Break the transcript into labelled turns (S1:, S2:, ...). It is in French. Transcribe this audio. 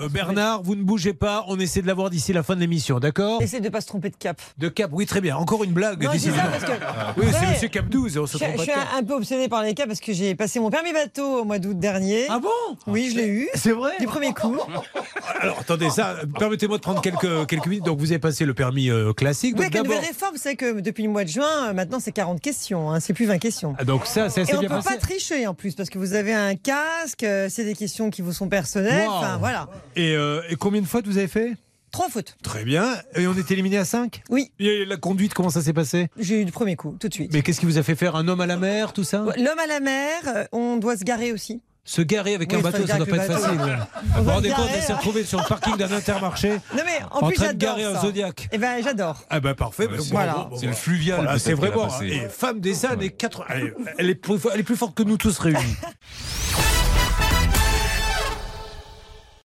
S1: Euh, Bernard, vous ne bougez pas. On essaie de l'avoir d'ici la fin de l'émission, d'accord
S2: Essaye de pas se tromper de cap.
S1: De Cap, oui, très bien. Encore une blague.
S2: Non, je dis ça
S1: décidément. Ah,
S2: parce que.
S1: Oui, c'est
S2: Ouais.
S1: Monsieur Cap 12, on se
S2: Je, je
S1: trompe pas de
S2: suis
S1: cap.
S2: un, un peu obsédée par les caps parce que j'ai passé mon permis bateau au mois d'août dernier.
S1: Ah bon
S2: oui, je l'ai eu.
S3: C'est vrai
S2: Du premier coup.
S1: Alors attendez, ça, euh, permettez-moi de prendre quelques, quelques minutes. Donc vous avez passé le permis euh, classique.
S2: Oui,
S1: Donc,
S2: avec la
S1: d'abord-
S2: nouvelle réforme, c'est que depuis le mois de juin, euh, maintenant c'est 40 questions, hein, c'est plus 20 questions.
S1: Ah, donc ça, ça
S2: Et
S1: s'est
S2: on ne
S1: bien
S2: peut
S1: passé.
S2: pas tricher en plus parce que vous avez un casque, euh, c'est des questions qui vous sont personnelles.
S1: Wow.
S2: Enfin voilà.
S1: Et, euh, et combien de fautes vous avez fait
S2: Trois fautes.
S1: Très bien. Et on est éliminé à 5
S2: Oui.
S1: Et la conduite, comment ça s'est passé
S2: J'ai eu du premier coup, tout de suite.
S1: Mais qu'est-ce qui vous a fait faire un homme à la mer, tout ça
S2: L'homme à la mer, euh, on doit se garer aussi.
S1: Se garer avec
S2: Oui,
S1: un
S2: se
S1: bateau, ça
S2: garer
S1: doit pas être
S2: avec le
S1: facile.
S2: bateau.
S1: ouais. Vous vous
S2: va se
S1: rendez compte,
S2: garer,
S1: on s'est
S2: hein.
S1: retrouvé sur le parking d'un intermarché
S2: Non mais en,
S1: en
S2: plus
S1: train de
S2: j'adore
S1: garer un
S2: ça.
S1: Zodiac.
S2: Eh ben j'adore.
S1: Ah ben parfait, ben,
S2: Voilà.
S1: bon, bon, bon,
S4: C'est le
S1: voilà.
S4: fluvial.
S1: Voilà,
S4: peut-être
S1: c'est
S4: qu'elle a
S1: vraiment.
S4: passé.
S1: Et femme des années 80. Elle, est- elle est plus, elle est plus forte que nous tous réunis.